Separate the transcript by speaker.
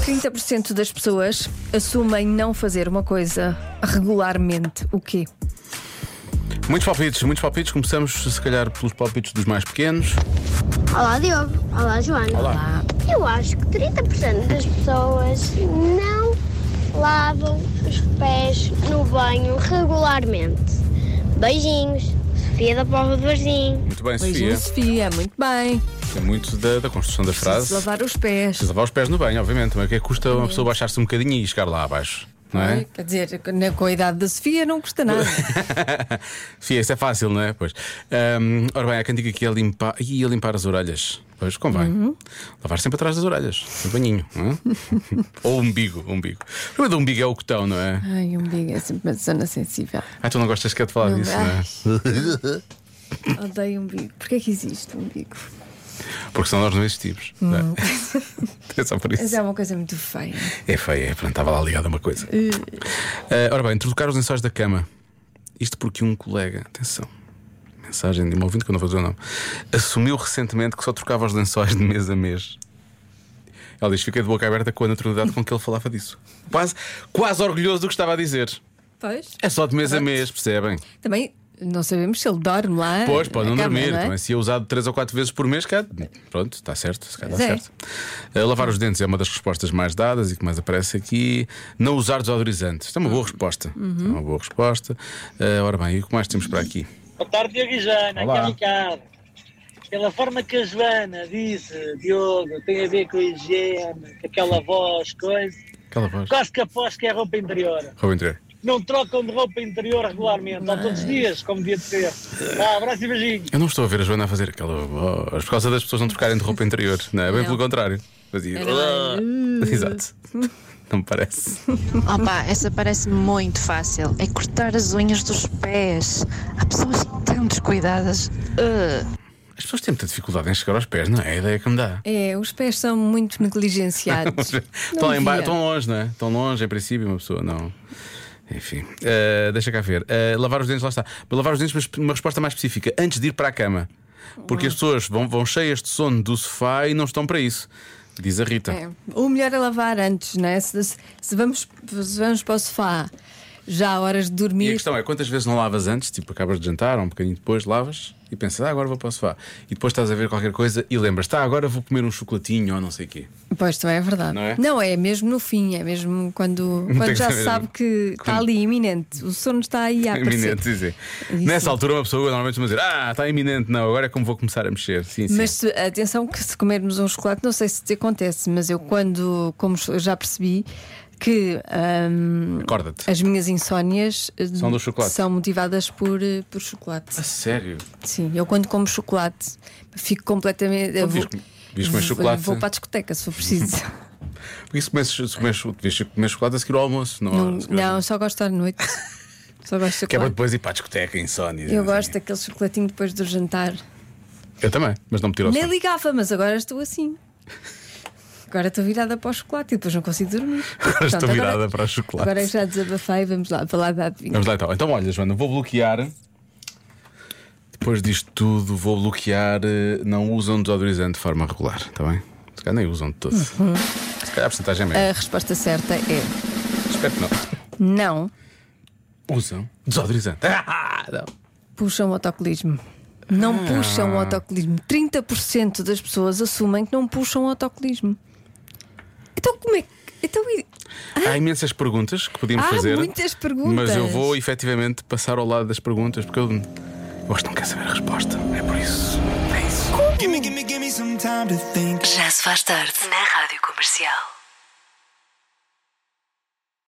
Speaker 1: 30% das pessoas assumem não fazer uma coisa regularmente. O quê?
Speaker 2: Muitos palpites, muitos palpites. Começamos, se calhar, pelos palpites dos mais pequenos.
Speaker 3: Olá Diogo, olá Joana.
Speaker 2: Olá.
Speaker 3: Eu acho que 30% das pessoas não lavam os pés no banho regularmente. Beijinhos, Sofia da Pova do Varzim.
Speaker 2: Muito bem,
Speaker 1: Beijinho, Sofia.
Speaker 2: Sofia.
Speaker 1: Muito bem.
Speaker 2: Tem muito da, da construção da frase.
Speaker 1: Preciso lavar os pés.
Speaker 2: Precisa lavar os pés no banho, obviamente. Também o que é que custa uma pessoa baixar-se um bocadinho e chegar lá abaixo? Não é?
Speaker 1: Quer dizer, na- com a idade da Sofia não custa nada.
Speaker 2: Sofia, isso é fácil, não é? Pois. Ahm, ora bem, há quem diga que é limpar. Ia limpar as orelhas. Pois convém.
Speaker 1: Uhum.
Speaker 2: Lavar sempre atrás das orelhas. No banhinho. não é? Ou o umbigo. O umbigo. O problema do umbigo é o cotão, não é?
Speaker 1: Ai, umbigo é sempre uma zona sensível.
Speaker 2: Ah, tu não gostas sequer de falar
Speaker 1: Não,
Speaker 2: disso,
Speaker 1: ai.
Speaker 2: não é?
Speaker 1: Odeio umbigo. Porquê é que existe umbigo?
Speaker 2: Porque senão nós não existimos. não é?
Speaker 1: Hum.
Speaker 2: é só por isso.
Speaker 1: Mas é uma coisa muito feia.
Speaker 2: É feia, é, pronto, estava lá ligada uma coisa. Ah, ora bem, trocar os lençóis da cama. Isto porque um colega, atenção, mensagem de um ouvinte que eu não vou dizer o nome, assumiu recentemente que só trocava os lençóis de mês a mês. Ela diz: fiquei de boca aberta com a naturalidade com que ele falava disso. Quase, quase orgulhoso do que estava a dizer.
Speaker 1: Pois.
Speaker 2: É só de mês a mês, percebem?
Speaker 1: Também não sabemos se ele dorme lá.
Speaker 2: Pois, pode
Speaker 1: na
Speaker 2: não
Speaker 1: cama,
Speaker 2: dormir.
Speaker 1: não é?
Speaker 2: também. Se é usado três ou quatro vezes por mês, cá, pronto, está certo. se cá dá
Speaker 1: Pois é.
Speaker 2: certo. Uh, lavar os dentes é uma das respostas mais dadas e que mais aparece aqui. Não usar desodorizante. Isto é uma boa resposta.
Speaker 1: Uhum.
Speaker 2: Isto É uma boa resposta. Uh, ora bem, e o que mais temos para aqui?
Speaker 4: Boa tarde, Diogo e Joana. Aqui
Speaker 2: Olá.
Speaker 4: é o Ricardo. Pela forma que a Joana disse, Diogo, tem a ver com a higiene, com aquela voz, coisa.
Speaker 2: Aquela voz.
Speaker 4: Quase que aposto que é roupa interior.
Speaker 2: Roubo interior.
Speaker 4: Não trocam de roupa interior regularmente, ou todos os dias, como devia de ser. Ah, abraço e beijinho.
Speaker 2: Eu não estou a ver a Joana a fazer aquela voz por causa das pessoas não trocarem de roupa interior, não é? Bem
Speaker 1: Não.
Speaker 2: pelo contrário. Fazia.
Speaker 1: Era "Uh."
Speaker 2: Exato. Não me parece.
Speaker 5: Opa, essa parece-me muito fácil. É cortar as unhas dos pés. Há pessoas Uh. tão descuidadas. Ugh.
Speaker 2: As pessoas têm muita dificuldade em chegar aos pés, não é? É a ideia que me dá.
Speaker 1: É, os pés são muito negligenciados.
Speaker 2: estão, lá em ba- estão longe, não é? Estão longe, em princípio, uma pessoa não. Enfim, Ah, deixa cá ver. Ah, lavar os dentes, lá está. Mas Lavar os dentes, mas uma resposta mais específica, antes de ir para a cama. Porque as pessoas vão, vão cheias de sono do sofá e não estão para isso. Diz a Rita.
Speaker 1: É, O melhor é lavar antes, não é? Se, se- se vamos, se vamos para o sofá já há horas de
Speaker 2: E a
Speaker 1: dormir,
Speaker 2: questão é: quantas vezes não lavas antes? Tipo, acabas de jantar, ou um bocadinho depois, lavas e pensas, ah, agora vou para o sofá. E depois estás a ver qualquer coisa e lembras, tá, agora vou comer um chocolatinho ou não sei o quê.
Speaker 1: pois também é verdade.
Speaker 2: Não é?
Speaker 1: mesmo no fim, é mesmo quando,
Speaker 2: Tem
Speaker 1: quando
Speaker 2: que
Speaker 1: já
Speaker 2: ser mesmo.
Speaker 1: sabe que está ali iminente, o sono está aí a
Speaker 2: É
Speaker 1: aparecer.
Speaker 2: iminente, sim, sim.
Speaker 1: Isso.
Speaker 2: Nessa altura, uma pessoa normalmente vai dizer: Ah, está iminente, não, agora é como vou começar a mexer. Sim, sim.
Speaker 1: Mas se- atenção que se comermos um chocolate, não sei se te acontece, mas eu quando, como eu já percebi, que hum,
Speaker 2: Acorda-te.
Speaker 1: as minhas insónias eh,
Speaker 2: São do chocolate.
Speaker 1: são motivadas por, eh, por chocolate.
Speaker 2: A sério?
Speaker 1: Sim, eu quando como chocolate fico completamente. eu
Speaker 2: Devias
Speaker 1: vou-
Speaker 2: com- devias comer
Speaker 1: vou-
Speaker 2: um chocolate.
Speaker 1: Vou para a discoteca se for preciso.
Speaker 2: Porque se comes, se comes, devias comer chocolate a seguir ao almoço, não?
Speaker 1: não,
Speaker 2: a seguir ao
Speaker 1: não,
Speaker 2: almoço.
Speaker 1: só gosto à noite. Só gosto de
Speaker 2: Que é para
Speaker 1: chocolate.
Speaker 2: depois ir para a discoteca, insónia.
Speaker 1: Eu
Speaker 2: não sei.
Speaker 1: gosto daquele chocolatinho depois do jantar.
Speaker 2: Eu também, mas não me tirou
Speaker 1: Nem ligava, mas agora estou assim. Agora estou virada para o chocolate e depois não consigo dormir.
Speaker 2: Agora estou
Speaker 1: Pronto,
Speaker 2: virada para o chocolate.
Speaker 1: Agora já desabafei, vamos lá falar da adivinha.
Speaker 2: Vamos lá então. Então, olha, Joana, vou bloquear. Depois disto tudo, vou bloquear. eh, Não usam desodorizante de forma regular, está bem? Se calhar nem usam de todo.
Speaker 1: Uhum.
Speaker 2: Se calhar a porcentagem é média.
Speaker 1: A resposta certa é
Speaker 2: Espero que não.
Speaker 1: não
Speaker 2: Usam desodorizante. Ah, não.
Speaker 1: puxam o autocolismo. Não puxam o autocolismo. 30% das pessoas assumem que não puxam o autocolismo. Então como é que. Então, e-
Speaker 2: Há imensas perguntas que podíamos
Speaker 1: Há
Speaker 2: fazer.
Speaker 1: muitas perguntas.
Speaker 2: Mas eu vou efetivamente passar ao lado das perguntas porque eu gosto, não quero saber a resposta. É por isso. É isso.
Speaker 6: Give me, give me, give me some time to think.
Speaker 7: Já se faz tarde na Rádio Comercial.